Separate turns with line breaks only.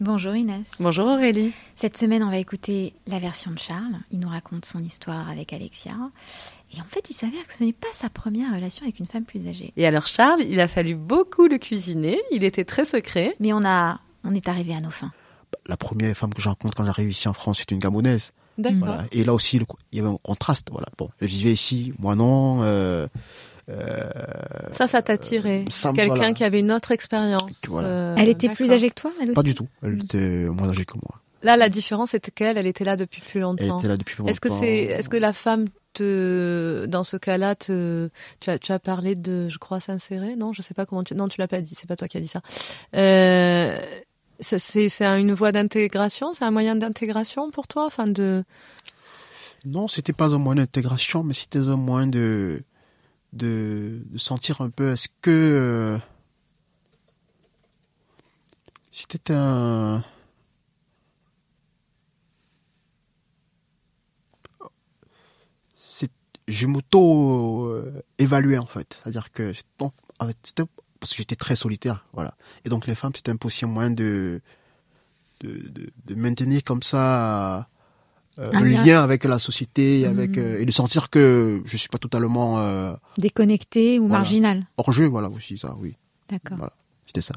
Bonjour Inès.
Bonjour Aurélie.
Cette semaine, on va écouter la version de Charles. Il nous raconte son histoire avec Alexia. Et en fait, il s'avère que ce n'est pas sa première relation avec une femme plus âgée.
Et alors Charles, il a fallu beaucoup le cuisiner, il était très secret.
Mais on, a, on est arrivé à nos fins.
La première femme que je rencontre quand j'arrive ici en France, c'est une Gabonaise.
D'accord.
Voilà. Et là aussi, le- il y avait un contraste. Voilà. Bon, elle vivait ici, moi non. euh, euh,
Ça, ça t'a tiré.
Ça me-
Quelqu'un
voilà.
qui avait une autre expérience.
Voilà.
euh,
elle était plus
d'accord.
âgée que toi, elle aussi
pas du tout. Elle
Mm.
était moins âgée que moi.
Là, la différence c'était qu'elle, elle était là depuis plus
Elle
longtemps.
était là depuis longtemps.
Est-ce que c'est, est-ce que la femme te, dans ce cas-là, te, tu as, tu as parlé de, je crois, s'insérer, non, je sais pas comment tu, non, tu l'as pas dit, c'est pas toi qui as dit ça. Euh, ça, c'est, c'est un- une voie d'intégration, c'est un moyen d'intégration pour toi, enfin de,
Non, c'était pas un moyen d'intégration, mais c'était un moyen de, de, de sentir un peu est-ce que euh, c'était un c'est je m'auto euh, évaluais en fait, c'est-à-dire que c'est- non, en fait, c'était parce que j'étais très solitaire, voilà. Et donc les femmes, c'était un possible moyen de de, de, de maintenir comme ça euh,
Un
un
lien.
lien. avec la société, avec
Mhm.
euh, et de sentir que je suis pas totalement euh,
Déconnectée ou
Voilà.
marginale.
hors jeu, voilà aussi ça, oui,
D'accord.
c'était ça.